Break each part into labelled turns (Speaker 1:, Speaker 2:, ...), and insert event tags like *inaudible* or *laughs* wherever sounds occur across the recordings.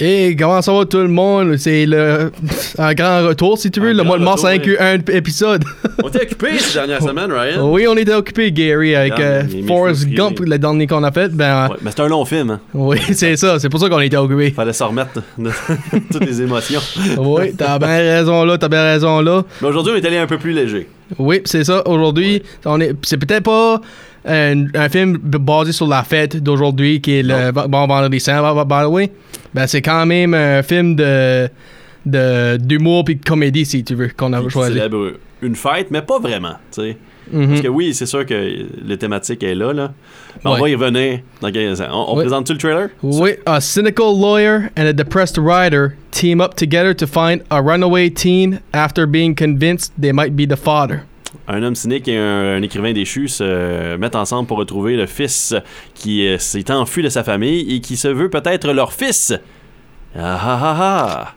Speaker 1: Et comment ça va tout le monde? C'est le *laughs* un grand retour si tu veux.
Speaker 2: Un
Speaker 1: le
Speaker 2: grand
Speaker 1: mois de mars
Speaker 2: retour,
Speaker 1: a inclus un épisode.
Speaker 2: On était occupés ces dernières
Speaker 1: Oh.
Speaker 2: semaines, Ryan.
Speaker 1: oui, on était occupé, Gary, avec
Speaker 2: Ah,
Speaker 1: euh,
Speaker 2: mais- mais
Speaker 1: Forrest
Speaker 2: faut se
Speaker 1: Gump,
Speaker 2: priver.
Speaker 1: le dernier qu'on a fait. Ben
Speaker 2: Ouais, mais c'était un long film. Hein.
Speaker 1: *laughs* oui, c'est ça. C'est pour ça qu'on était
Speaker 2: *laughs*
Speaker 1: occupé.
Speaker 2: Fallait s'en remettre de, de toutes les émotions.
Speaker 1: oui, t'as bien raison là, t'as bien raison là.
Speaker 2: Mais aujourd'hui, on est allé un peu plus léger.
Speaker 1: Oui, pis c'est ça. Aujourd'hui, on est, c'est peut-être pas un, un film b- basé sur la fête d'aujourd'hui qui est le v- bon vendredi saint, by- by the way. Ben, c'est quand même un film de, de d'humour puis de comédie si tu veux qu'on a
Speaker 2: Puis qui
Speaker 1: choisi.
Speaker 2: célèbre une fête, mais pas vraiment. tu sais.
Speaker 1: Mhm.
Speaker 2: Parce que oui, c'est sûr que la thématique est là. là. Mais
Speaker 1: Ouais.
Speaker 2: on va y revenir dans quelques instants. On, on
Speaker 1: Ouais.
Speaker 2: présente-tu le trailer?
Speaker 1: Wait, a cynical lawyer and a depressed writer team up together to find a runaway teen after being convinced they might be the father.
Speaker 2: Un homme cynique et un, un écrivain déchu se mettent ensemble pour retrouver le fils qui euh, s'est enfui de sa famille et qui se veut peut-être leur fils. Ah ah ah ah!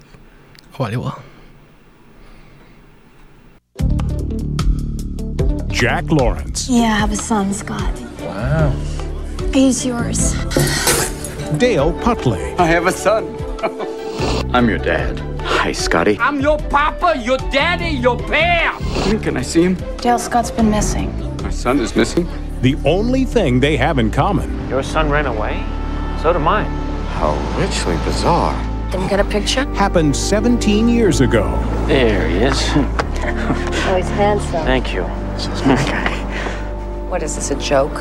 Speaker 1: On va aller Oh, voir.
Speaker 3: Jack Lawrence,
Speaker 4: Yeah, I have a son, Scott. Wow. He's yours.
Speaker 3: Dale Putley,
Speaker 5: I have a *laughs* son.
Speaker 6: I'm your dad. Hi, Scotty.
Speaker 7: I'm your papa, your daddy, your père.
Speaker 5: Can I see him?
Speaker 4: Dale Scott's been missing.
Speaker 5: My son is missing.
Speaker 3: the only thing they have in common
Speaker 7: Your son ran away. So did mine.
Speaker 6: How richly bizarre.
Speaker 4: Did you get a picture?
Speaker 3: happened 17 years ago.
Speaker 7: There he is.
Speaker 8: Oh, he's handsome.
Speaker 7: Thank you.
Speaker 8: What is this, a joke?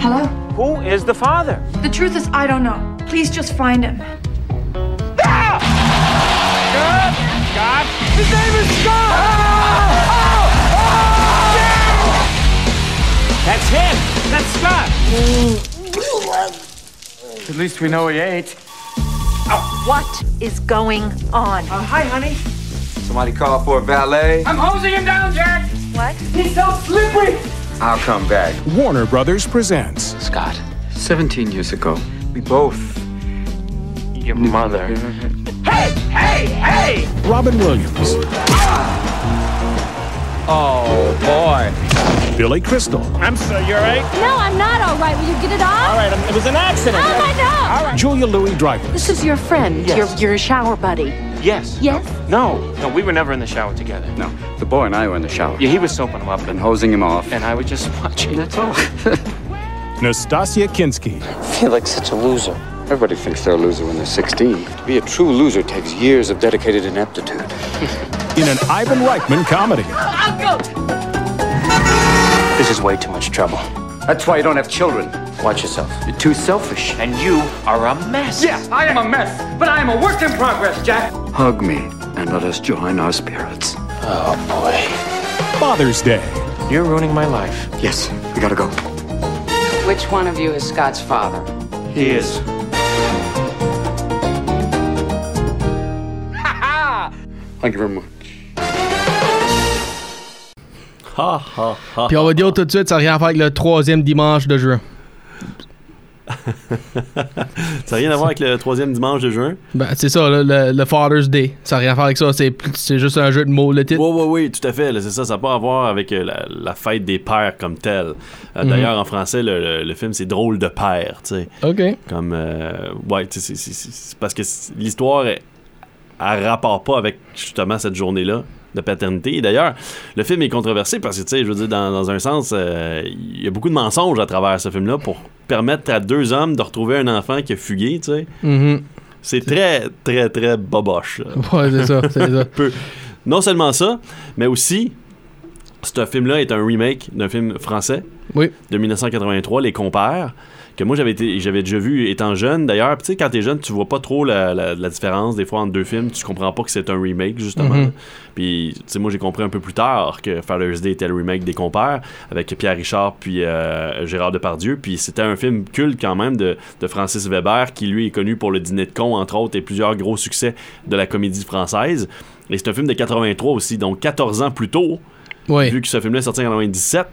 Speaker 4: Hello?
Speaker 7: Who is the father?
Speaker 4: The truth is, I don't know. Please just find him.
Speaker 7: His name is Scott! That's him! That's Scott!
Speaker 5: At least we know he ate.
Speaker 8: What is going on?
Speaker 7: hi, honey.
Speaker 5: Somebody call for a valet.
Speaker 7: I'm hosing him down, Jack!
Speaker 8: What?
Speaker 7: He's so slippery!
Speaker 5: I'll come back.
Speaker 3: Warner Brothers presents
Speaker 6: Scott.
Speaker 5: 17 years ago, we both.
Speaker 6: Your mother.
Speaker 7: Hey! Hey! Hey!
Speaker 3: Robin Williams,
Speaker 5: Oh boy.
Speaker 3: Billy Crystal,
Speaker 7: I'm sorry, you alright?
Speaker 8: No, I'm not all right. Will you get it off?
Speaker 7: Alright, um, it was an accident.
Speaker 8: Oh my god!
Speaker 3: Julia Louis Dreyfus,
Speaker 8: This is your friend, your your shower buddy.
Speaker 7: Yes.
Speaker 8: Yes?
Speaker 7: No. No, we were never in the shower together.
Speaker 5: No, the boy and I were in the shower.
Speaker 7: Yeah, he was soaping him up,
Speaker 5: And
Speaker 7: and,
Speaker 5: hosing him off. *laughs*
Speaker 7: and I was just *laughs* watching.
Speaker 5: that's all.
Speaker 3: Nastasia Kinski,
Speaker 6: feel like such a loser.
Speaker 5: Everybody thinks they're a loser when they're 16. To be a true loser takes years of dedicated ineptitude.
Speaker 3: in an Ivan Reichman comedy.
Speaker 7: This is way too much trouble.
Speaker 5: That's why you don't have children.
Speaker 7: Watch yourself.
Speaker 5: You're too selfish.
Speaker 7: And you are a mess.
Speaker 5: Yes, I am a mess, but I am a work in progress, Jack. Hug me and let us join our spirits.
Speaker 3: Father's Day,
Speaker 7: You're ruining my life.
Speaker 5: Yes, we gotta go.
Speaker 9: Which one of you is Scott's father?
Speaker 7: He is.
Speaker 5: Thank you very much.
Speaker 2: Ha ha ha!
Speaker 1: Puis on va dire tout de suite, ça n'a rien à faire avec le troisième dimanche de juin.
Speaker 2: Ça n'a rien à voir avec le troisième dimanche de juin.
Speaker 1: Ben, c'est ça, le, le- le Father's Day. Ça n'a rien à faire avec ça. C'est, plus- c'est juste un jeu de mots, le titre.
Speaker 2: Oui, oui, oui, tout à fait. là, C'est ça, ça n'a pas à voir avec euh, la, la fête des pères comme telle. Euh, D'ailleurs, en français, le, le- le film, c'est Drôle de père, tu sais.
Speaker 1: Ok.
Speaker 2: Comme, euh, ouais, tu sais, c'est- c'est- c'est c'est parce que c'est- l'histoire, elle, elle rapporte pas avec justement cette journée-là de paternité. Et D'ailleurs, le film est controversé parce que, tu sais, je veux dire, dans, dans un sens, euh, il y a beaucoup de mensonges à travers ce film-là pour permettre à deux hommes de retrouver un enfant qui a fugué, tu sais.
Speaker 1: Mhm.
Speaker 2: C'est très, très, très boboche. là.
Speaker 1: Ouais, c'est ça, c'est
Speaker 2: *laughs*
Speaker 1: ça.
Speaker 2: peu. Non seulement ça, mais aussi, ce film-là est un remake d'un film français
Speaker 1: Oui.
Speaker 2: de 1983, Les Compères, que moi j'avais été- j'avais déjà vu étant jeune. D'ailleurs, tu sais, quand t'es jeune, tu vois pas trop la, la- la différence des fois entre deux films. Tu comprends pas que c'est un remake, justement.
Speaker 1: Mhm.
Speaker 2: Puis, tu sais, moi j'ai compris un peu plus tard que Father's Day était le remake des Compères avec Pierre Richard puis euh, Gérard Depardieu. Puis c'était un film culte quand même de, de Francis Weber, qui lui est connu pour Le Dîner de Con, entre autres, et plusieurs gros succès de la comédie française. Et c'est un film de 83 aussi, donc 14 ans plus tôt
Speaker 1: Oui.
Speaker 2: vu que ce film-là est sorti en 97,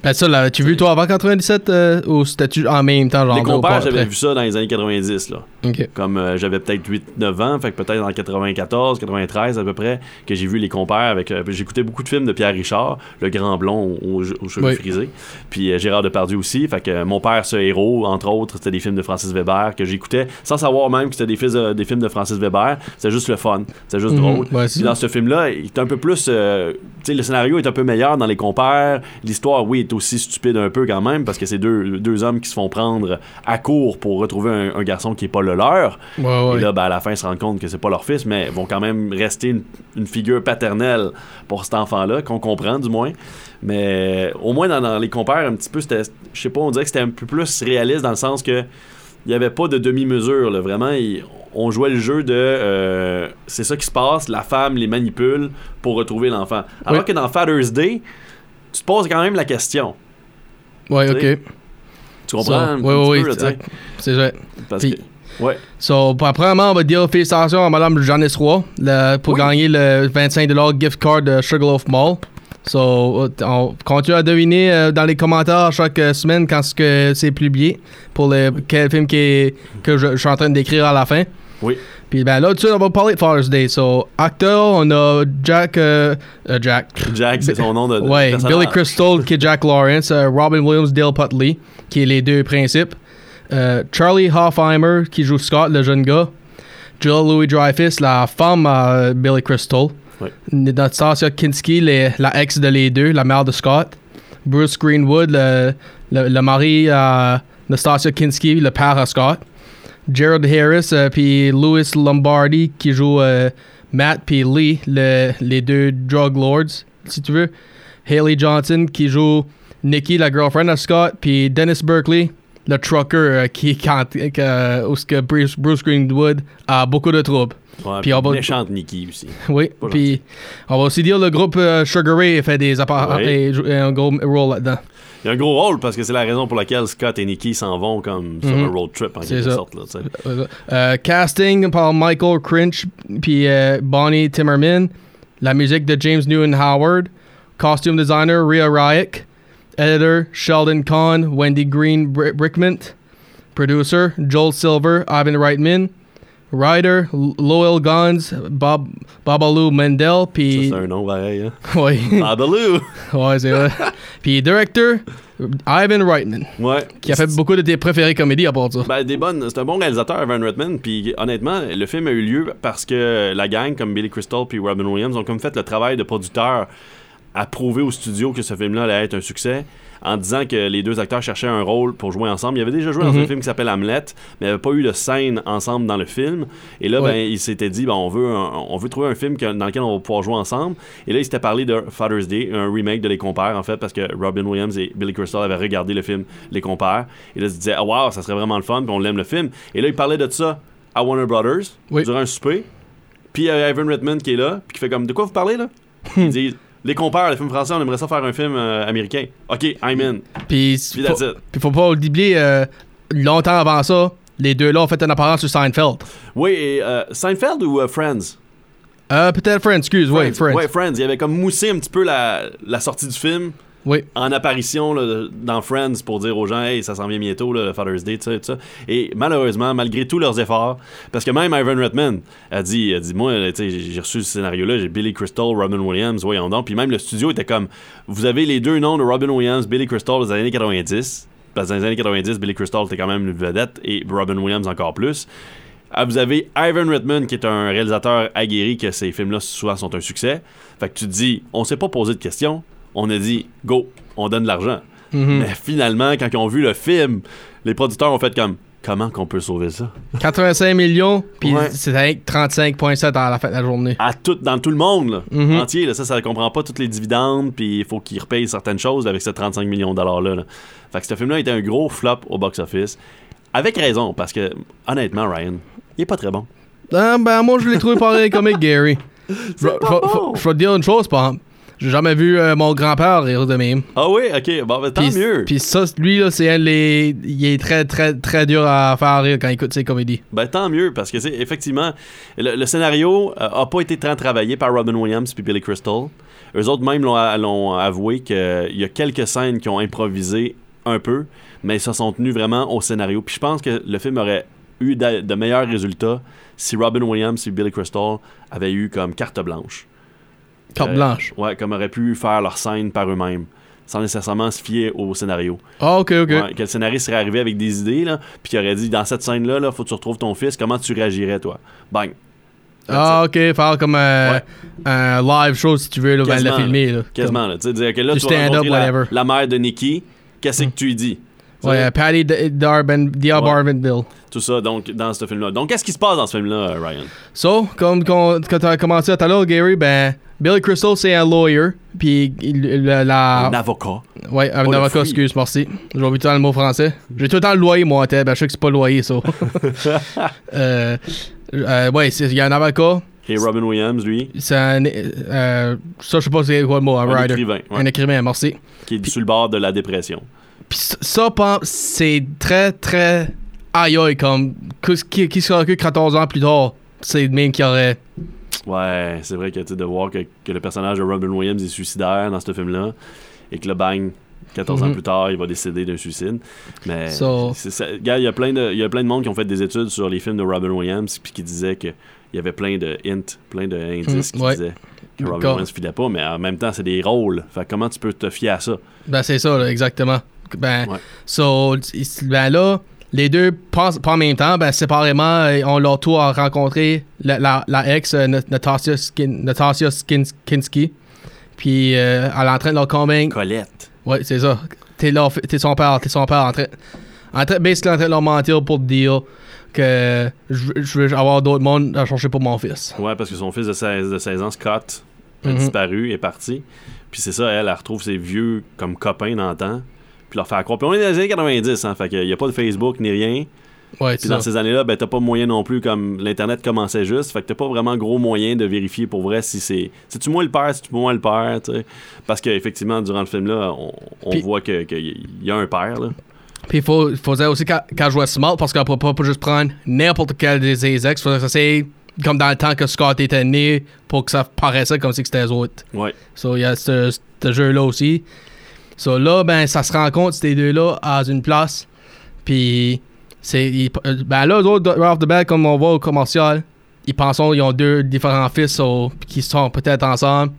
Speaker 1: Ben ça, l'avais-tu vu toi avant 97 euh, ou c'était-tu en même temps, genre
Speaker 2: Les
Speaker 1: là, ou pas
Speaker 2: compères, j'avais
Speaker 1: après?
Speaker 2: vu ça dans les années 90, là.
Speaker 1: Ok.
Speaker 2: Comme euh, j'avais peut-être 8-9 ans, fait que peut-être en 94, 93 à peu près, que j'ai vu les compères avec. euh, j'écoutais beaucoup de films de Pierre Richard, le grand blond aux, aux cheveux
Speaker 1: Oui.
Speaker 2: frisés. Puis euh, Gérard Depardieu aussi. Fait que euh, mon père, ce héros, entre autres, c'était des films de Francis Weber que j'écoutais sans savoir même que c'était des, fils de- des films de Francis Weber. C'était juste le fun. C'était juste
Speaker 1: Mhm.
Speaker 2: drôle.
Speaker 1: Ouais, c'est ça.
Speaker 2: Puis dans ce film-là, il est un peu plus. euh, tu sais, le scénario est un peu meilleur dans les compères. L'histoire, oui, est aussi stupide un peu quand même, parce que c'est deux, deux hommes qui se font prendre à court pour retrouver un, un garçon qui est pas le leur.
Speaker 1: Ouais, ouais.
Speaker 2: Et là, ben, à la fin, ils se rendent compte que c'est pas leur fils, mais vont quand même rester une, une figure paternelle pour cet enfant-là, qu'on comprend du moins. Mais au moins, dans, dans les compères, un petit peu, c'était. Je sais pas, on dirait que c'était un peu plus réaliste dans le sens que il n'y avait pas de demi-mesure. là. Vraiment, il- on jouait le jeu de euh, c'est ça qui se passe, la femme les manipule pour retrouver l'enfant. Alors
Speaker 1: Oui.
Speaker 2: que dans Father's Day, tu te poses quand même la question.
Speaker 1: Ouais,
Speaker 2: tu sais,
Speaker 1: ok. Ça,
Speaker 2: Tu comprends? un
Speaker 1: ouais,
Speaker 2: petit
Speaker 1: ouais,
Speaker 2: peu, là, tu sais,
Speaker 1: ouais, c'est vrai.
Speaker 2: parce
Speaker 1: Puis-
Speaker 2: que- ouais.
Speaker 1: So, pr- premièrement, on va dire félicitations à Madame Janice Roy là, pour gagner le 25$ gift card de Sugarloaf Mall. So, euh, t- on continue à deviner euh, dans les commentaires chaque euh, semaine quand ce que c'est publié pour le, quel film qui est- que je, je suis en train de décrire à la fin.
Speaker 2: Oui.
Speaker 1: Puis ben là, tout de suite, on va parler de Father's Day. So, acteur, on a Jack. euh, euh, Jack.
Speaker 2: Jack, c'est son nom de. de
Speaker 1: Ouais,
Speaker 2: personnage.
Speaker 1: Billy Crystal qui est Jack Lawrence, euh, Robin Williams, Dale Putley, qui est les deux principes. Euh, Charlie Hoffheimer qui joue Scott, le jeune gars. Jill Louis Dreyfus, la femme à euh, Billy Crystal.
Speaker 2: Ouais.
Speaker 1: Nastasia Kinski, les- la ex de les deux, la mère de Scott. Bruce Greenwood, le, le, le mari à Nastasia Kinski, le père à Scott. Gerald Harris, euh, puis Louis Lombardi qui joue euh, Matt, puis Lee, le- les deux drug lords, si tu veux. Haley Johnson qui joue Nikki, la girlfriend à Scott, puis Dennis Berkeley, le trucker euh, qui *laughs* quand, que- où ce que Bruce, Bruce Greenwood a beaucoup de troubles.
Speaker 2: Ouais,
Speaker 1: Puis on va-
Speaker 2: méchante Nikki aussi.
Speaker 1: Oui,
Speaker 2: Pas
Speaker 1: puis on va aussi dire le groupe euh, Sugar Ray fait des appa-
Speaker 2: Oui.
Speaker 1: et jou- et un gros rôle là-dedans.
Speaker 2: Il y a un gros rôle parce que c'est la raison pour laquelle Scott et Nikki s'en vont comme sur un road trip en
Speaker 1: Mhm. C'est
Speaker 2: quelque
Speaker 1: ça.
Speaker 2: sorte. là, tu sais.
Speaker 1: Euh, casting par Michael Crinch puis euh, Bonnie Timmerman. La musique de James Newton Howard. Costume designer Rhea Ryek. Editor Sheldon Kahn, Wendy Green Bri- Brickman. Producer Joel Silver, Ivan Reitman. Writer L- Lowell Gons, Bob Babalu Mendel
Speaker 2: Ça,
Speaker 1: puis
Speaker 2: c'est un nom pareil. Hein?
Speaker 1: *laughs* ouais,
Speaker 2: Babaloo!
Speaker 1: ouais c'est vrai. puis directeur uh, Ivan Reitman
Speaker 2: Ouais.
Speaker 1: qui a fait beaucoup de tes préférées comédies à part ça.
Speaker 2: Ben, des bonnes. C'est un bon réalisateur, Van Redman. Puis honnêtement, le film a eu lieu parce que la gang, comme Billy Crystal puis Robin Williams, ont comme fait le travail de producteur à prouver au studio que ce film-là allait être un succès en disant que les deux acteurs cherchaient un rôle pour jouer ensemble. Ils avaient déjà joué
Speaker 1: Mhm.
Speaker 2: dans un film qui s'appelle Hamlet, mais il n'y avait pas eu de scène ensemble dans le film. Et là, ben,
Speaker 1: Ouais.
Speaker 2: ils s'étaient dit, ben, on, veut un- on veut trouver un film que- dans lequel on va pouvoir jouer ensemble. Et là, ils s'étaient parlé de Father's Day, un remake de Les Compères, en fait, parce que Robin Williams et Billy Crystal avaient regardé le film Les Compères. Et là, ils se disaient, ah, wow, ça serait vraiment le fun, puis on l'aime le film. Et là, ils parlaient de ça à Warner Brothers,
Speaker 1: Oui.
Speaker 2: durant un souper. Puis il y a Ivan Redmond qui est là, puis qui fait comme, de quoi vous parlez, là? Ils disent, les compères, le film français, on aimerait ça faire un film euh, américain. Ok, I'm in.
Speaker 1: Puis
Speaker 2: Puis
Speaker 1: faut-
Speaker 2: that's it.
Speaker 1: Puis faut pas oublier, euh, longtemps avant ça, les deux-là ont fait une apparence sur Seinfeld.
Speaker 2: Oui, et, euh, Seinfeld ou euh, Friends?
Speaker 1: Euh, peut-être Friends, excuse, oui, Friends.
Speaker 2: Ouais, Friends. Il y avait comme moussé un petit peu la, la sortie du film
Speaker 1: Oui,
Speaker 2: en apparition là, dans Friends pour dire aux gens, hey, ça s'en vient bientôt, là, le Father's Day, tout ça, tout ça. Et malheureusement, malgré tous leurs efforts, parce que même Ivan Redman a dit, a dit moi, tu sais, j'ai j'ai reçu ce scénario-là, j'ai Billy Crystal, Robin Williams, voyons donc. Puis même le studio était comme, vous avez les deux noms de Robin Williams, Billy Crystal des années 90. Parce que dans les années 90, Billy Crystal était quand même une vedette et Robin Williams encore plus. Ah, vous avez Ivan Redman, qui est un réalisateur aguerri, que ces films-là souvent sont un succès. Fait que tu te dis, on s'est pas posé de questions. On a dit, go, on donne de l'argent.
Speaker 1: Mhm.
Speaker 2: Mais finalement, quand ils ont vu le film, les producteurs ont fait comme, comment qu'on peut sauver ça?
Speaker 1: 85 millions, puis
Speaker 2: Ouais.
Speaker 1: c'était avec 35,7 à la fin de la journée.
Speaker 2: à tout, dans tout le monde, là,
Speaker 1: Mhm.
Speaker 2: entier. Là, ça, ça comprend pas toutes les dividendes, puis il faut qu'ils repayent certaines choses avec ces 35 millions de dollars-là. là. Fait que ce film-là était un gros flop au box-office. Avec raison, parce que, honnêtement, Ryan, il est pas très bon. *laughs*
Speaker 1: Ah, ben, moi, je l'ai trouvé pareil comme Gary. Je
Speaker 2: pas
Speaker 1: je-
Speaker 2: bon.
Speaker 1: je- je vais te dire une chose, par exemple. J'ai jamais vu euh, mon grand-père rire de même.
Speaker 2: Ah oui, ok, bon, ben, tant
Speaker 1: Puis-
Speaker 2: mieux.
Speaker 1: Puis ça, lui, là, c'est un de les. Il est très, très, très dur à faire rire quand il écoute ses comédies.
Speaker 2: Ben tant mieux, parce que, tu sais, effectivement, le, le scénario euh, a pas été tant travaillé par Robin Williams puis Billy Crystal. Eux autres même l'ont l'ont avoué qu'il y a quelques scènes qui ont improvisé un peu, mais ils se sont tenus vraiment au scénario. Puis je pense que le film aurait eu de, de meilleurs résultats si Robin Williams et Billy Crystal avaient eu comme carte blanche.
Speaker 1: Carte
Speaker 2: Euh,
Speaker 1: blanche.
Speaker 2: Ouais, comme auraient pu faire leur scène par eux-mêmes, sans nécessairement se fier au scénario.
Speaker 1: Ah, ok, ok.
Speaker 2: Ouais, que le scénariste serait arrivé avec des idées, là, puis il aurait dit dans cette scène-là, là, faut que tu retrouves ton fils, comment tu réagirais, toi Bang
Speaker 1: ah, ok, faire comme euh,
Speaker 2: Ouais.
Speaker 1: un live show si tu veux, là, ben, la
Speaker 2: Quasiment,
Speaker 1: filmer. Là.
Speaker 2: Quasiment, là. Tu sais, dire que là,
Speaker 1: Du
Speaker 2: tu vas
Speaker 1: stand-up,
Speaker 2: rencontrer la,
Speaker 1: whatever. Mm.
Speaker 2: la mère de Nikki, qu'est-ce que tu lui dis
Speaker 1: Comme- Ouais, euh, Patty D- Darben, Dia
Speaker 2: Ouais.
Speaker 1: Barbenville.
Speaker 2: Tout ça, donc, dans ce film-là. Donc, qu'est-ce qui se passe dans ce film-là, euh, Ryan
Speaker 1: So, comme qu'on- quand t'as commencé tout à l'heure, Gary, ben, Billy Crystal, c'est un lawyer. Puis il- la. la-
Speaker 2: Un avocat.
Speaker 1: ouais, un
Speaker 2: le
Speaker 1: avocat,
Speaker 2: fruit.
Speaker 1: excuse, merci. J'ai oublié tout le temps le mot français. J'ai tout le temps le loyer, moi, t'es. Ben, je sais que c'est pas loyer,
Speaker 2: *laughs*
Speaker 1: ça. euh, euh, ouais, c'est- il y a un avocat.
Speaker 2: Et Robin Williams, lui,
Speaker 1: C'est un. euh, ça, je sais pas c'est quoi le mot, un,
Speaker 2: un
Speaker 1: writer.
Speaker 2: écrivain, ouais,
Speaker 1: Un écrivain, merci.
Speaker 2: qui est sur le bord de la dépression.
Speaker 1: Puis ça- ça, pen- c'est très, très. Aïe aïe, comme. qu'est-ce Qui, qui se recule 14 ans plus tard, c'est le même qui aurait.
Speaker 2: Ouais, c'est vrai que, tu sais, de voir que, que le personnage de Robin Williams est suicidaire dans ce film-là, et que le bang. 14 ans
Speaker 1: Mhm.
Speaker 2: plus tard, il va décéder d'un suicide. Mais,
Speaker 1: So-
Speaker 2: c'est ça. Gars, il y a plein de, il y a plein de monde qui ont fait des études sur les films de Robin Williams, puis qui disaient qu'il y avait plein de hints, plein de indices
Speaker 1: Mhm,
Speaker 2: qui
Speaker 1: ouais.
Speaker 2: disaient que Robin
Speaker 1: D'accord.
Speaker 2: Williams filait pas, mais en même temps, c'est des rôles. Fait que comment tu peux te fier à ça?
Speaker 1: Ben, c'est ça, là, exactement. Ben,
Speaker 2: Ouais.
Speaker 1: so, il- ben là, les deux, pas, pas en même temps, ben, séparément, euh, on leur tour à rencontrer la, la, la ex, euh, Nat- Natasha, Skin, Natasha Skin, Kinski. Puis, euh, elle est en train de leur convaincre.
Speaker 2: Colette.
Speaker 1: Ouais, c'est ça. T'es leur fi- t'es son père, t'es son père en train. En train, basically, en train de leur mentir pour te dire que je veux- je veux avoir d'autres mondes à chercher pour mon fils.
Speaker 2: Ouais, parce que son fils de 16, de 16 ans, Scott, a
Speaker 1: Mhm.
Speaker 2: disparu, est parti. Puis c'est ça, elle, elle retrouve ses vieux comme copains dans le temps. Puis leur faire croire. Puis on est dans les années 90, hein, fait qu'il n'y a pas de Facebook ni rien.
Speaker 1: Ouais,
Speaker 2: Puis
Speaker 1: c'est
Speaker 2: dans
Speaker 1: ça.
Speaker 2: ces années-là, ben, t'as pas moyen non plus, comme l'Internet commençait juste. Fait que t'as pas vraiment gros moyen de vérifier pour vrai si c'est. Si tu moi le père, si tu moi le père, tu sais. Parce qu'effectivement, durant le film-là, on, on
Speaker 1: Puis-
Speaker 2: voit qu'il que y y a un père, là.
Speaker 1: Puis il faut, faut dire aussi qu'elle qu'elle jouait smart parce qu'on peut pas pas juste prendre n'importe quel des ses ex. Faut que c'est comme dans le temps que Scott était né pour que ça paraissait comme si que c'était les autres.
Speaker 2: Ouais.
Speaker 1: So, il y a ce, ce jeu-là aussi. So, là, ben, ça se rencontre, ces deux-là, à une place. Puis, c'est. ils- euh, Ben, là, eux autres, right off the bat, comme on voit au commercial, ils pensent qu'ils ont deux différents fils so, qui sont peut-être ensemble.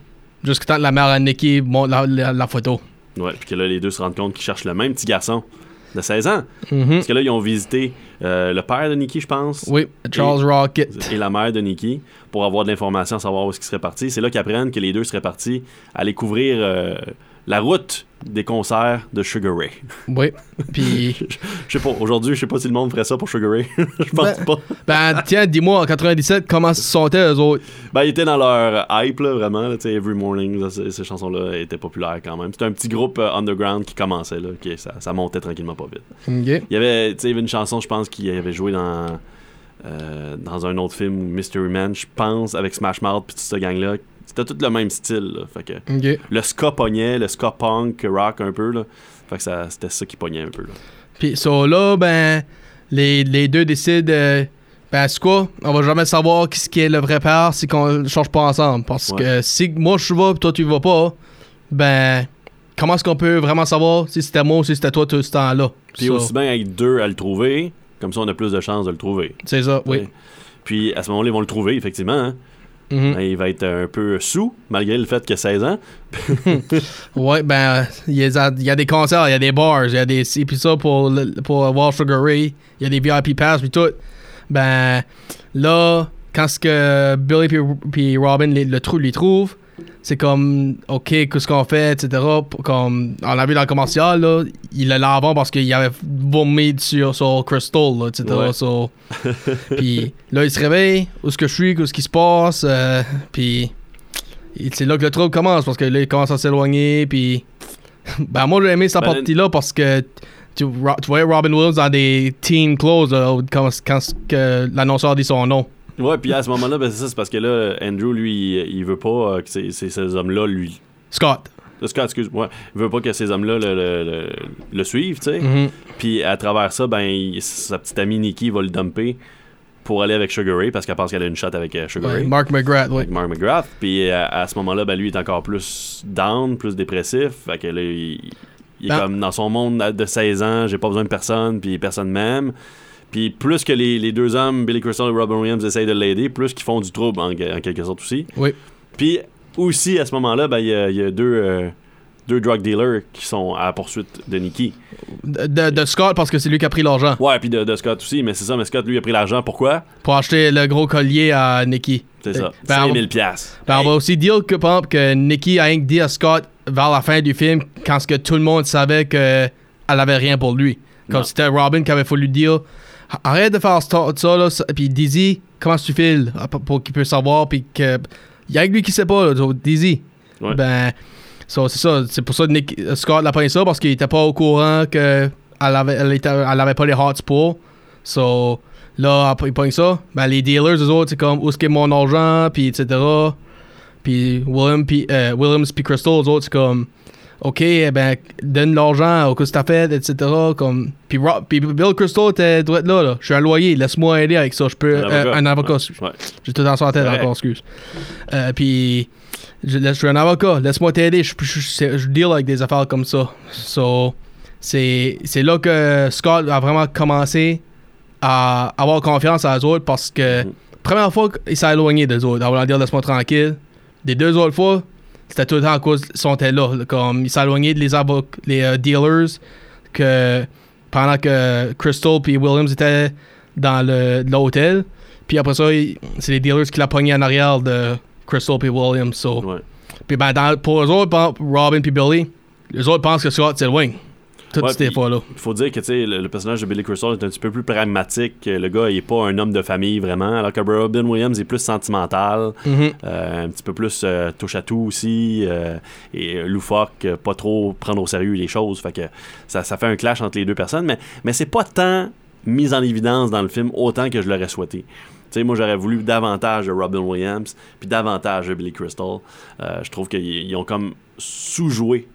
Speaker 1: Jusqu'à temps que la mère à Nikki montre la, la- la photo.
Speaker 2: Ouais, puis que là, les deux se rendent compte qu'ils cherchent le même petit garçon de 16 ans. Parce que là, ils ont visité euh, le père de Nikki, je pense.
Speaker 1: Mhm. Oui, Charles Rocket.
Speaker 2: et la mère de Nikki pour avoir de l'information, savoir où est-ce qu'ils seraient partis. C'est là qu'ils apprennent que les deux seraient partis aller couvrir euh, la route des concerts de Sugar Ray. *laughs*
Speaker 1: Oui. Puis.
Speaker 2: Je sais pas, aujourd'hui, je sais pas si le monde ferait ça pour Sugar Ray. *laughs* Je pense
Speaker 1: Ben-
Speaker 2: pas.
Speaker 1: Ben, tiens, dis-moi, en 97, comment se sentaient eux autres?
Speaker 2: Ben, ils étaient dans leur hype, là, vraiment. là, tu sais, Every Morning, là, ces, ces chansons-là étaient populaires quand même. C'était un petit groupe euh, underground qui commençait, là. qui- ça, ça montait tranquillement pas vite.
Speaker 1: Ok.
Speaker 2: Il y avait, tu sais, il y avait une chanson, je pense, qui avait joué dans, euh, dans un autre film, Mystery Man, je pense, avec Smash Mouth puis toute cette gang-là. C'était tout le même style, là. Fait que
Speaker 1: Ok.
Speaker 2: le ska pognait, le ska punk, rock un peu, là. Fait que ça, c'était ça qui pognait un peu, là.
Speaker 1: Puis, so là, ben, les, les deux décident, euh, ben, c'est quoi? On va jamais savoir qui, ce qui est le vrai père si qu'on le change pas ensemble. Parce
Speaker 2: Ouais.
Speaker 1: que si moi je vais pis toi tu vas pas, ben, comment est-ce qu'on peut vraiment savoir si c'était moi ou si c'était toi tout ce temps-là?
Speaker 2: Puis
Speaker 1: So,
Speaker 2: aussi bien avec deux à le trouver, comme ça on a plus de chances de le trouver.
Speaker 1: C'est ça, oui.
Speaker 2: Ouais. Puis à ce moment-là, ils vont le trouver, effectivement. hein.
Speaker 1: Mhm.
Speaker 2: Il va être un peu sous, malgré le fait qu'il a 16 ans.
Speaker 1: Ouais, ben, il y, a- il y a des concerts, il y a des bars, il y a des. Et puis ça, pour, le- pour avoir Sugar Ray, il y a des VIP Pass, puis tout. Ben, là, quand ce que Billy puis, puis Robin les, le trou, les trouvent, c'est comme, OK, qu'est-ce qu'on fait, etc. Pour- Comme, on l'a vu dans le commercial, là, il l'a avant parce qu'il avait vomi sur, sur Crystal, là, etc.
Speaker 2: Ouais.
Speaker 1: So, puis là, il se réveille, où est-ce que je suis, qu'est-ce qui se passe, euh, puis. Et c'est là que le trouble commence parce que là, il commence à s'éloigner. Puis. *laughs* Ben, moi, j'ai aimé cette
Speaker 2: Ben,
Speaker 1: partie-là parce que tu, ro- tu voyais Robin Williams dans des team clothes là, où- quand, quand ce que l'annonceur dit son nom.
Speaker 2: Ouais, puis à ce moment-là, ben, c'est ça, c'est parce que là, Andrew, lui, il, il veut pas euh, que ces, ces- ces hommes-là lui
Speaker 1: Scott.
Speaker 2: Le Scott, excuse moi veut pas que ces hommes-là le, le- le- le suivent, tu sais.
Speaker 1: Mm.
Speaker 2: Puis à travers ça, ben, il- sa petite amie Nikki va le dumper pour aller avec Sugar Ray parce qu'elle pense qu'elle a une shot avec euh, Sugar Ray.
Speaker 1: Mark McGrath, oui.
Speaker 2: Avec Mark McGrath. Puis à, à ce moment-là, ben, lui il est encore plus down, plus dépressif. Fait que là, il, il est
Speaker 1: Ben-
Speaker 2: comme dans son monde de 16 ans, j'ai pas besoin de personne, puis personne m'aime. Puis plus que les, les deux hommes, Billy Crystal et Robin Williams, essayent de l'aider, plus qu'ils font du trouble en, en quelque sorte aussi.
Speaker 1: Oui.
Speaker 2: Puis aussi, à ce moment-là, ben, il y, a- il y a deux, euh, deux drug dealers qui sont à la poursuite de Nikki.
Speaker 1: De, de- de Scott parce que c'est lui qui a pris l'argent
Speaker 2: Ouais, puis de, de Scott aussi, mais c'est ça, mais Scott, lui, a pris l'argent. Pourquoi?
Speaker 1: pour acheter le gros collier à Nicky.
Speaker 2: C'est ça.
Speaker 1: Ben,
Speaker 2: 5
Speaker 1: on-
Speaker 2: 000 piastres.
Speaker 1: Ben, on va aussi dire que, par exemple, que Nikki a rien que dit à Scott vers la fin du film quand ce que tout le monde savait qu'elle avait rien pour lui.
Speaker 2: Non.
Speaker 1: Comme c'était Robin qui avait fallu dire arrête de faire ça, ça, là, ça- puis Dizzy, comment tu files Ah, pour- pour qu'il puisse savoir, puis que. Il y a que lui qui sait pas, là, donc, Dizzy.
Speaker 2: Ouais.
Speaker 1: Ben, so, c'est ça, c'est pour ça que Nick, euh, Scott l'a pris ça parce qu'il était pas au courant qu'elle avait, elle était- elle avait pas les hearts pour. So, là, il pogne ça. Ben, les dealers, eux autres, c'est comme où est-ce qu'est mon argent, puis etc. Puis William, puis euh, Williams, puis Crystal, eux autres, c'est comme OK, eh ben, donne l'argent, au que t'as fait, etc. Comme, puis, Rob, puis Bill Crystal était droit là, là. Je suis un loyer, laisse-moi aider avec ça. Je peux.
Speaker 2: Un avocat.
Speaker 1: euh, un avocat.
Speaker 2: Ouais.
Speaker 1: J'ai tout dans sa tête
Speaker 2: Correct.
Speaker 1: encore, excuse. Euh, puis, je, je suis un avocat, laisse-moi t'aider, je, je, je- je deal avec des affaires comme ça. So, c'est c'est là que Scott a vraiment commencé à avoir confiance à eux autres parce que, première fois qu'il s'est éloigné des autres, en voulant dire laisse-moi tranquille. Des deux autres fois, c'était tout le temps à cause ils sont là. là, Comme il s'est éloigné des avocats, les euh, dealers, que pendant que Crystal puis Williams étaient dans le de l'hôtel. Puis après ça, il- c'est les dealers qui l'a pogné en arrière de Crystal puis Williams. So.
Speaker 2: Ouais.
Speaker 1: Puis ben, dans- pour eux autres, par exemple, Robin puis Billy, les autres pensent que Scott c'est le wing. Toutes
Speaker 2: Ouais,
Speaker 1: ces
Speaker 2: puis-
Speaker 1: fois-là.
Speaker 2: Il faut dire que tu sais, le, le personnage de Billy Crystal est un petit peu plus pragmatique. Le gars, il est pas un homme de famille vraiment, alors que Robin Williams est plus sentimental, euh, un petit peu plus euh, touche à tout aussi, euh, et euh, loufoque, euh, pas trop prendre au sérieux les choses. Fait que ça, ça fait un clash entre les deux personnes, mais, mais c'est pas tant mis en évidence dans le film autant que je l'aurais souhaité. Tu sais, moi, j'aurais voulu davantage de Robin Williams, puis davantage de Billy Crystal. Euh, je trouve qu'ils ils ont comme sous-joué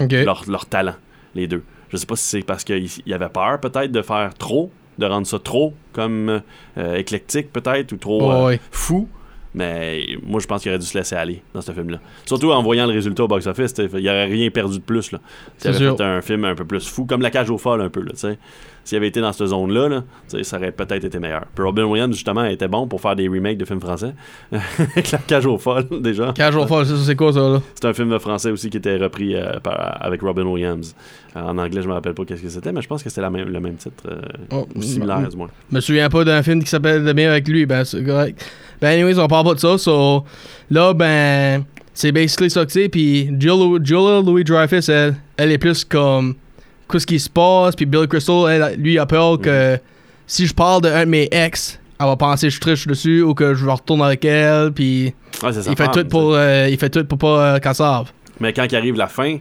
Speaker 1: Ok.
Speaker 2: leur, leur talent, les deux. Je sais pas si c'est parce qu'il il avait peur peut-être de faire trop, de rendre ça trop comme euh, éclectique peut-être ou trop euh,
Speaker 1: Ouais, ouais.
Speaker 2: fou. Mais moi, je pense qu'il aurait dû se laisser aller dans ce film-là. Surtout en voyant le résultat au box-office, t'sais, il aurait rien perdu de plus. Là.
Speaker 1: C'est
Speaker 2: S'il avait
Speaker 1: sûr.
Speaker 2: fait un film un peu plus fou, comme La Cage aux Folles un peu. Là, t'sais. S'il avait été dans cette zone-là, là, t'sais, ça aurait peut-être été meilleur. Puis Robin Williams, justement, était bon pour faire des remakes de films français. *laughs* Avec La Cage aux Folles, déjà.
Speaker 1: Casual Fall, ça, c'est quoi ça là?
Speaker 2: C'est un film français aussi qui était repris euh, par- avec Robin Williams. Euh, en anglais, je me rappelle pas qu'est-ce que c'était, mais je pense que c'était la même, le même titre. euh,
Speaker 1: Oh,
Speaker 2: ou similaire,
Speaker 1: mm.
Speaker 2: du moins.
Speaker 1: Je me souviens pas d'un film qui s'appelle Le bien avec lui, ben c'est correct. Ben anyways, on parle pas de ça, so là ben c'est basically ça que c'est, puis Julia Louis Dreyfus, elle, elle est plus comme qu'est-ce qui se passe, puis Bill Crystal, elle, lui a peur que si je parle d'un de mes ex, elle va penser que je triche dessus ou que je retourne avec elle, puis
Speaker 2: Ouais, c'est sa
Speaker 1: il fait
Speaker 2: femme,
Speaker 1: tout
Speaker 2: tu
Speaker 1: pour euh, il fait tout pour pas euh, qu'elle sauve.
Speaker 2: sais. Mais quand il arrive la fin,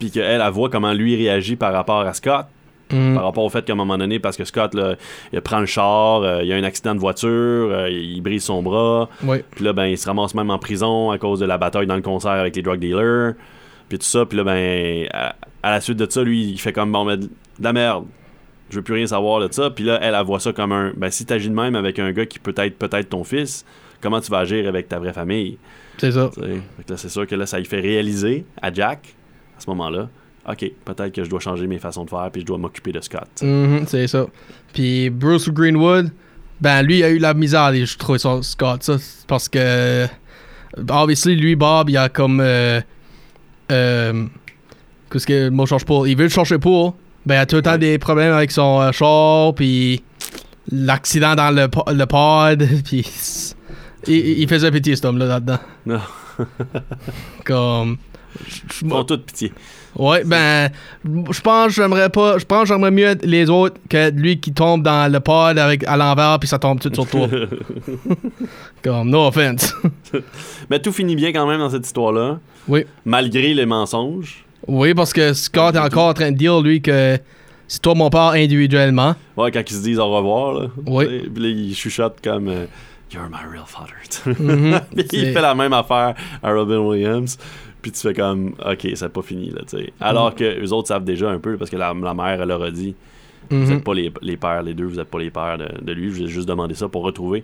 Speaker 2: puis qu'elle, elle voit comment lui réagit par rapport à Scott,
Speaker 1: Mm.
Speaker 2: par rapport au fait qu'à un moment donné, parce que Scott, là, il prend le char, euh, il y a un accident de voiture, euh, il brise son bras,
Speaker 1: Oui.
Speaker 2: Puis là, ben, il se ramasse même en prison à cause de la bataille dans le concert avec les drug dealers. Puis tout ça. Puis là, ben, à, à la suite de ça, lui, il fait comme, bon, mais de la merde. Je veux plus rien savoir de ça. Puis là, elle, elle voit ça comme un, ben, si t'agis de même avec un gars qui peut être peut-être ton fils, comment tu vas agir avec ta vraie famille?
Speaker 1: C'est ça.
Speaker 2: Tu sais. Fait que là, c'est sûr que là, ça lui fait réaliser à Jack, à ce moment-là, OK, peut-être que je dois changer mes façons de faire, puis je dois m'occuper de Scott. tu sais.
Speaker 1: Mhm, c'est ça. Puis Bruce Greenwood, ben lui, il a eu la misère, je trouve, sur Scott, ça. c'est Parce que, obviously, lui, Bob, il a comme. Euh, euh, Qu'est-ce que le mot change pour Il veut le changer pour. Ben, il a tout le temps des problèmes avec son euh, char, puis l'accident dans le, po- le pod, *laughs* puis. c'est- Il, il faisait pitié, cet homme-là, là-dedans.
Speaker 2: Non.
Speaker 1: Comme.
Speaker 2: Ils font toute pitié.
Speaker 1: Ouais, ben, je pense que j'aimerais pas, je pense que j'aimerais mieux être les autres que lui qui tombe dans le pod avec à l'envers puis ça tombe tout sur *laughs* toi. Comme no offense. *laughs*
Speaker 2: Mais tout finit bien quand même dans cette histoire-là,
Speaker 1: Oui,
Speaker 2: malgré les mensonges.
Speaker 1: oui parce que Scott est encore en train de dire lui que c'est toi mon père individuellement.
Speaker 2: Ouais, quand ils se disent au revoir, là.
Speaker 1: Oui.
Speaker 2: Tu sais, Puis là, ils chuchotent comme euh, You're my real father. *laughs*
Speaker 1: Mhm.
Speaker 2: Puis il
Speaker 1: C'est-
Speaker 2: fait la même affaire à Robin Williams. Puis tu fais comme, ok, c'est pas fini, là, tu sais.
Speaker 1: Mm-hmm.
Speaker 2: Alors que les autres savent déjà un peu, parce que la, la mère, elle leur a dit,
Speaker 1: Mm-hmm.
Speaker 2: vous êtes pas les, les pères, les deux, vous êtes pas les pères de, de lui, je vous ai juste demandé ça pour retrouver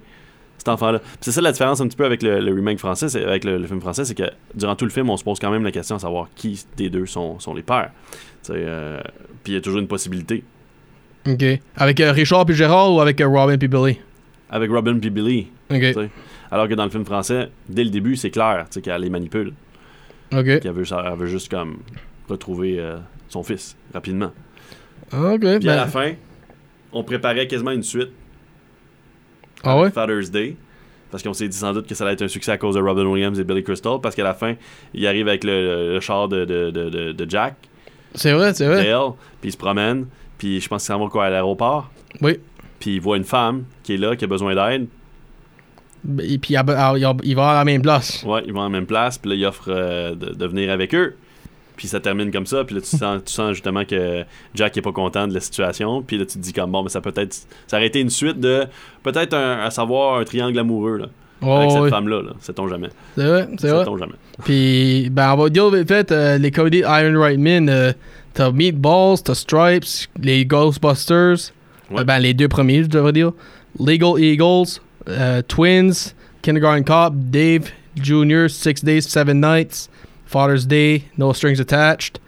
Speaker 2: cet enfant-là. Puis c'est ça la différence un petit peu avec le, le remake français, c'est- avec le, le film français, c'est que durant tout le film, on se pose quand même la question à savoir qui des deux sont, sont les pères. Tu sais, euh, puis il y a toujours une possibilité.
Speaker 1: Ok. Avec euh, Richard puis Gérard ou avec euh, Robin puis Billy?
Speaker 2: Avec Robin puis Billy,
Speaker 1: Ok.
Speaker 2: tu sais. alors que dans le film français, dès le début, c'est clair tu sais, qu'elle les manipule,
Speaker 1: Ok.
Speaker 2: qu'elle veut, elle veut juste comme retrouver euh, son fils rapidement.
Speaker 1: Ok.
Speaker 2: Puis à la
Speaker 1: Ben,
Speaker 2: fin, on préparait quasiment une suite
Speaker 1: ah ouais?
Speaker 2: Father's Day. Parce qu'on s'est dit sans doute que ça allait être un succès à cause de Robin Williams et Billy Crystal. Parce qu'à la fin, il arrive avec le, le char de, de- de- de- de Jack,
Speaker 1: C'est vrai, c'est vrai.
Speaker 2: Dale, puis il se promène. Puis je pense qu'il s'en va quoi, à l'aéroport.
Speaker 1: Oui.
Speaker 2: Puis il voit une femme qui est là, qui a besoin d'aide.
Speaker 1: Ben, Et puis, ah, ben, ah, il va il va à la même place.
Speaker 2: Ouais, ils vont à la même place. Puis là, il offre euh, de, de venir avec eux. Puis ça termine comme ça. Puis là, tu sens, tu sens justement que Jack est pas content de la situation. Puis là, tu te dis comme bon, mais ça peut être. Ça aurait été une suite de. Peut-être un- à savoir un triangle amoureux, là. avec
Speaker 1: Oh,
Speaker 2: cette
Speaker 1: oui.
Speaker 2: femme-là, là. Sait-on jamais.
Speaker 1: C'est vrai, c'est vrai.
Speaker 2: Sait-on jamais.
Speaker 1: Puis, ben, on va dire vite fait, euh, les comédies Iron Right Men, euh, t'as Meatballs, t'as Stripes, les Ghostbusters,
Speaker 2: Ouais.
Speaker 1: euh, ben, les deux premiers, je devrais dire, Legal Eagles, euh, Twins, Kindergarten Cop, Dave Jr., Six Days, Seven Nights, Father's Day, No Strings Attached,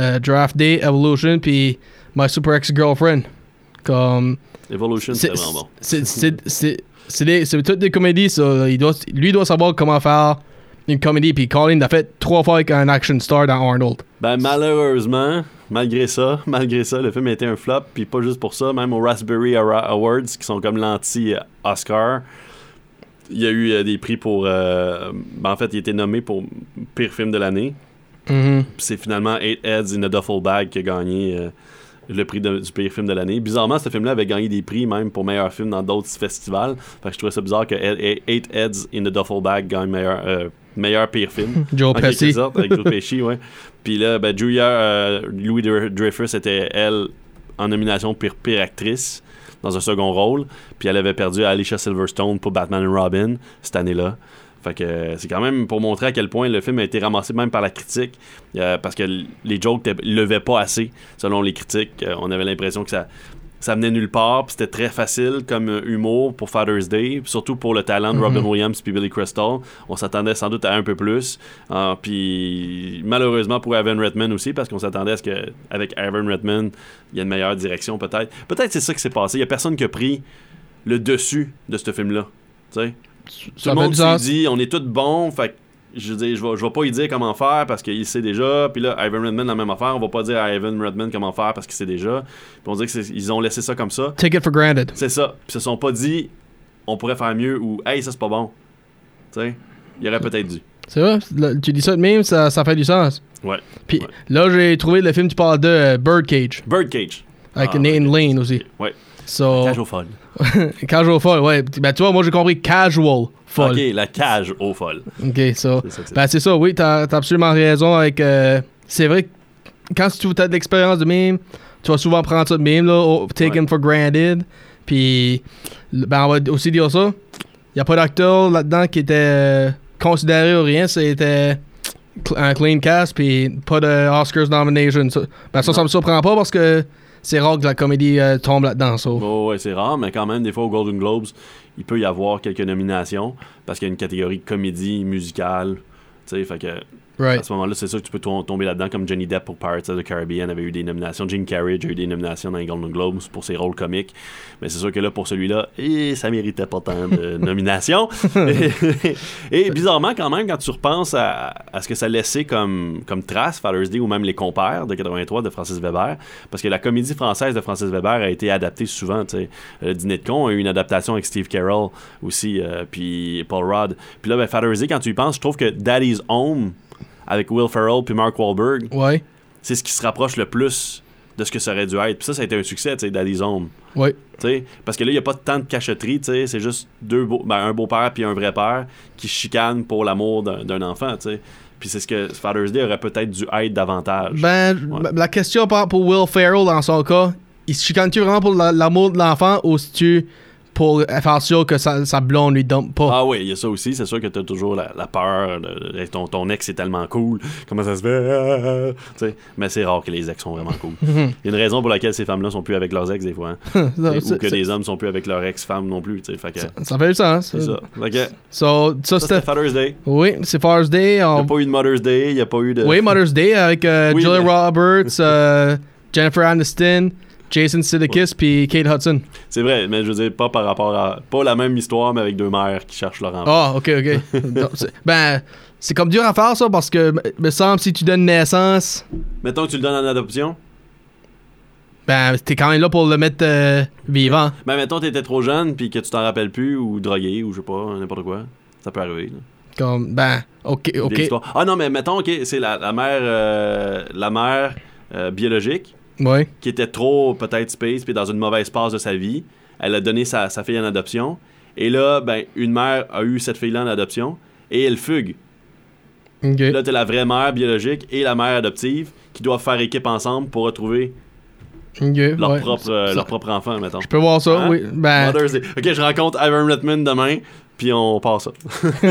Speaker 1: euh, Draft Day, Evolution, puis My Super Ex-Girlfriend. Comme,
Speaker 2: Evolution, c'est
Speaker 1: c'est
Speaker 2: vraiment bon.
Speaker 1: c'est- c'est- c'est- c'est des- c'est toutes des comédies, ça. Il doit, lui doit savoir comment faire une comédie. Puis Colin l'a fait trois fois avec un action star dans Arnold.
Speaker 2: Ben malheureusement, malgré ça, *laughs* malgré ça, le film a été un flop, puis pas juste pour ça, même aux Raspberry Ara- Awards, qui sont comme l'anti-Oscar, il y a eu euh, des prix pour... euh, ben, en fait, il a été nommé pour pire film de l'année.
Speaker 1: Mhm.
Speaker 2: Puis c'est finalement Eight Heads in a Duffel Bag qui a gagné euh, le prix de- du pire film de l'année. Bizarrement, ce film-là avait gagné des prix même pour meilleur film dans d'autres festivals. Fait que je trouvais ça bizarre que Eight Eight Heads in a Duffel Bag gagne meilleur, euh, meilleur pire film.
Speaker 1: *laughs* Joe
Speaker 2: En
Speaker 1: Pesci.
Speaker 2: quelque sorte, avec Joe Pesci, ouais. Puis là, ben, Julia euh, Louis Dreyfus était, elle, en nomination pour pire actrice dans un second rôle. Puis elle avait perdu à Alicia Silverstone pour Batman and Robin cette année-là. Fait que euh, c'est quand même pour montrer à quel point le film a été ramassé même par la critique. euh, parce que l- les jokes t'es- levaient pas assez, selon les critiques. Euh, on avait l'impression que ça, ça venait nulle part. Puis c'était très facile comme euh, humour pour Father's Day. puis Surtout pour le talent
Speaker 1: Mhm.
Speaker 2: de Robin Williams puis Billy Crystal. On s'attendait sans doute à un peu plus. Euh, puis malheureusement pour Evan Redman aussi, parce qu'on s'attendait à ce que avec Evan Redman, il y a une meilleure direction peut-être. Peut-être c'est ça qui s'est passé. Il y a personne qui a pris le dessus de ce film-là. Tu sais? Tout
Speaker 1: Ça
Speaker 2: le
Speaker 1: fait
Speaker 2: monde
Speaker 1: du
Speaker 2: s'est
Speaker 1: sens.
Speaker 2: dit, on est tous bons, fait que je veux dire, je vais, je vais pas lui dire comment faire parce qu'il sait déjà. Puis là, Ivan Redman, la même affaire, on va pas dire à Ivan Redman comment faire parce qu'il sait déjà. Puis on dirait qu'ils ont laissé ça comme ça.
Speaker 1: Take it for granted.
Speaker 2: C'est ça. Puis se sont pas dit, on pourrait faire mieux ou, hey, ça c'est pas bon. Tu sais, il aurait peut-être dû.
Speaker 1: C'est vrai, là, tu dis ça de même, ça, ça fait du sens.
Speaker 2: Ouais.
Speaker 1: Puis
Speaker 2: Ouais.
Speaker 1: là, j'ai trouvé le film, tu parles de euh, Birdcage,
Speaker 2: Birdcage.
Speaker 1: avec
Speaker 2: Ah,
Speaker 1: Nathan Lane aussi.
Speaker 2: Ouais.
Speaker 1: So,
Speaker 2: Cage au folle.
Speaker 1: casual folle, ouais. Ben, tu vois, moi, j'ai compris casual folle.
Speaker 2: Ok, la cage au folle.
Speaker 1: Ok, ça.
Speaker 2: C'est ça que c'est.
Speaker 1: Ben, c'est ça, oui, t'as t'as absolument raison. Avec, euh, c'est vrai que quand tu as de l'expérience de meme, tu vas souvent prendre ça de meme, là, au- taken
Speaker 2: Ouais.
Speaker 1: for granted. Puis, l- ben, on va aussi dire ça. Il n'y a pas d'acteur là-dedans qui était euh, considéré ou rien. C'était cl- un clean cast, puis pas de Oscars nomination. Ça, ben, ça, ça me surprend pas parce que c'est rare que la comédie euh, tombe là-dedans, ça.
Speaker 2: Bon, ouais, c'est rare, mais quand même, des fois, aux Golden Globes, il peut y avoir quelques nominations parce qu'il y a une catégorie comédie, musicale. Tu sais, fait que à
Speaker 1: Right.
Speaker 2: ce moment-là, c'est sûr que tu peux tom- tomber là-dedans, comme Johnny Depp pour Pirates of the Caribbean avait eu des nominations. Jim Carrey a eu des nominations dans les Golden Globes pour ses rôles comiques. Mais c'est sûr que là, pour celui-là, eh, ça méritait pas tant de nominations. et, et bizarrement, quand même, quand tu repenses à, à ce que ça laissait comme, comme trace, Father's Day ou même Les Compères de 83 de Francis Weber, parce que la comédie française de Francis Weber a été adaptée souvent. tu sais. Euh, Le Dîner de con a eu une adaptation avec Steve Carell aussi, euh, puis Paul Rudd. Puis là, ben, Father's Day, quand tu y penses, je trouve que Daddy's Home avec Will Ferrell puis Mark Wahlberg,
Speaker 1: Ouais.
Speaker 2: c'est ce qui se rapproche le plus de ce que ça aurait dû être. Puis ça, ça a été un succès, tu sais, Daddy's Home.
Speaker 1: Ouais.
Speaker 2: Tu sais, parce que là, il n'y a pas tant de cacheterie, tu sais, c'est juste deux beaux, ben, un beau-père puis un vrai père qui se chicanent pour l'amour d'un d'un enfant, tu sais. Puis c'est ce que Father's Day aurait peut-être dû être davantage.
Speaker 1: Ben,
Speaker 2: Ouais.
Speaker 1: la question par- pour Will Ferrell dans son cas, il se chicane-tu vraiment pour la- l'amour de l'enfant ou si tu pour faire sûr que sa, sa blonde lui dump pas.
Speaker 2: Ah oui, il y a ça aussi. C'est sûr que t'as toujours la, la peur. de- de- ton, ton ex est tellement cool. Comment ça se fait? Tu sais, Mais c'est rare que les ex sont vraiment cool. Il y a une raison pour laquelle ces femmes-là sont plus avec leurs ex des fois. hein.
Speaker 1: Non,
Speaker 2: Et- Ou
Speaker 1: c'est-
Speaker 2: que
Speaker 1: c'est-
Speaker 2: les hommes sont plus avec leurs ex-femmes non plus. tu sais. Fait que,
Speaker 1: Ça fait du sens.
Speaker 2: c'est ça. Fait que,
Speaker 1: So, ça,
Speaker 2: ça, c'était
Speaker 1: c'était.
Speaker 2: Father's Day.
Speaker 1: Oui, c'est Father's Day.
Speaker 2: Il n'y a
Speaker 1: on-
Speaker 2: pas eu de Mother's Day. Il n'y a pas eu de.
Speaker 1: Oui, Mother's Day avec euh,
Speaker 2: Oui,
Speaker 1: Julia
Speaker 2: mais-
Speaker 1: Roberts, euh, Jennifer Aniston, Jason Sudeikis puis Kate Hudson.
Speaker 2: C'est vrai, mais je veux dire, pas par rapport à. Pas la même histoire, mais avec deux mères qui cherchent leur enfant.
Speaker 1: Ah, ok,
Speaker 2: *laughs*
Speaker 1: ok. Donc, c'est- ben, c'est comme dur à faire ça parce que, me- me semble, si tu donnes naissance,
Speaker 2: Mettons que tu le donnes en adoption.
Speaker 1: ben, t'es quand même là pour le mettre euh, vivant.
Speaker 2: Ben, mettons que t'étais trop jeune puis que tu t'en rappelles plus ou drogué ou je sais pas, n'importe quoi. Ça peut arriver. là.
Speaker 1: Comme, ben, ok,
Speaker 2: Des
Speaker 1: ok.
Speaker 2: histoires. Ah non, mais mettons, ok, c'est la, la mère, euh, la mère euh, biologique
Speaker 1: Oui.
Speaker 2: qui était trop peut-être space puis dans une mauvaise passe de sa vie. Elle a donné sa, sa fille en adoption. Et là, ben, une mère a eu cette fille-là en adoption et elle fugue.
Speaker 1: Ok.
Speaker 2: Puis Là, t'as la vraie mère biologique et la mère adoptive qui doivent faire équipe ensemble pour retrouver
Speaker 1: ok,
Speaker 2: leur,
Speaker 1: ouais.
Speaker 2: propre, euh,
Speaker 1: Ça-
Speaker 2: leur propre enfant, mettons.
Speaker 1: Je peux voir ça,
Speaker 2: Hein?
Speaker 1: oui. Ben,
Speaker 2: Mother's Day. Ok, je rencontre Ivan Redmond demain, puis on
Speaker 1: *laughs*
Speaker 2: passe ça.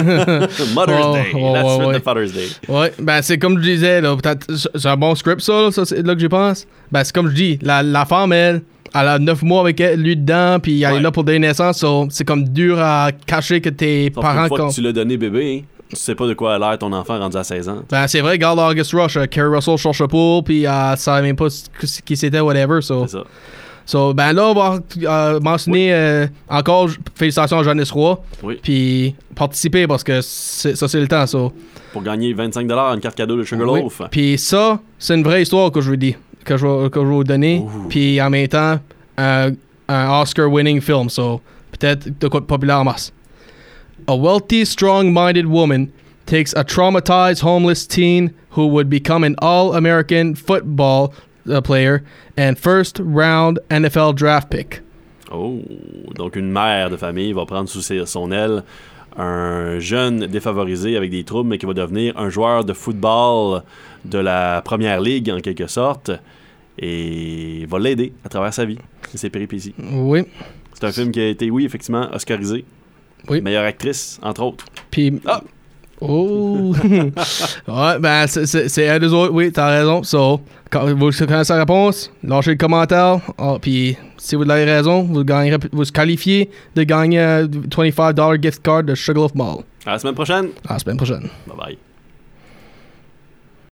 Speaker 2: Mother's
Speaker 1: Oh,
Speaker 2: Day,
Speaker 1: oh,
Speaker 2: la
Speaker 1: ouais,
Speaker 2: suite
Speaker 1: ouais.
Speaker 2: de Father's Day.
Speaker 1: ouais, ben c'est comme je disais, là, peut-être- c'est c'est un bon script, ça, là, ça, c'est là que je pense. Ben, c'est comme je dis, la, la femme, elle, elle a 9 mois avec elle, lui dedans, puis elle
Speaker 2: Ouais.
Speaker 1: est là pour donner naissance, so, c'est comme dur à cacher que tes
Speaker 2: Sauf qu'une
Speaker 1: parents.
Speaker 2: fois
Speaker 1: com-
Speaker 2: que tu l'as donné bébé, tu sais pas de quoi a l'air ton enfant rendu à 16 ans.
Speaker 1: Ben, c'est vrai, regarde August Rush, euh, Kerry Russell cherche pas, puis euh, elle savait même pas c- c- qui c'était, whatever, so.
Speaker 2: C'est ça.
Speaker 1: so. Ben là, on va euh, mentionner euh, encore, j- félicitations à Jeunesse Roy,
Speaker 2: Oui.
Speaker 1: puis participer parce que c'est- ça, c'est le temps, so.
Speaker 2: Pour gagner 25 une carte cadeau de Sugarloaf.
Speaker 1: Oui. Puis ça, c'est une vraie histoire que je vous dis, que je, vais- que je vais vous donner. Puis en même temps, un, un Oscar-winning film, so peut-être de quoi de populaire en masse. A wealthy, strong-minded woman takes a traumatized homeless teen who would become an all-American football uh, player and first-round NFL draft pick.
Speaker 2: Oh, donc une mère de famille va prendre sous ses- son aile un jeune défavorisé avec des troubles, mais qui va devenir un joueur de football de la première ligue en quelque sorte, et va l'aider à travers sa vie et ses péripéties.
Speaker 1: Oui.
Speaker 2: C'est un film qui a été, oui, effectivement, Oscarisé.
Speaker 1: Oui.
Speaker 2: Meilleure actrice, entre autres.
Speaker 1: Puis.
Speaker 2: Ah!
Speaker 1: Oh! ouais, ben, c'est- c'est c'est un des autres, oui, t'as raison. So, quand vous connaissez la réponse, lâchez le commentaire. Ah, puis, si vous avez raison, vous gagnerez, vous qualifiez de gagner un $25 gift card de Sugarloaf Mall.
Speaker 2: À la semaine prochaine.
Speaker 1: À la semaine prochaine.
Speaker 2: Bye bye.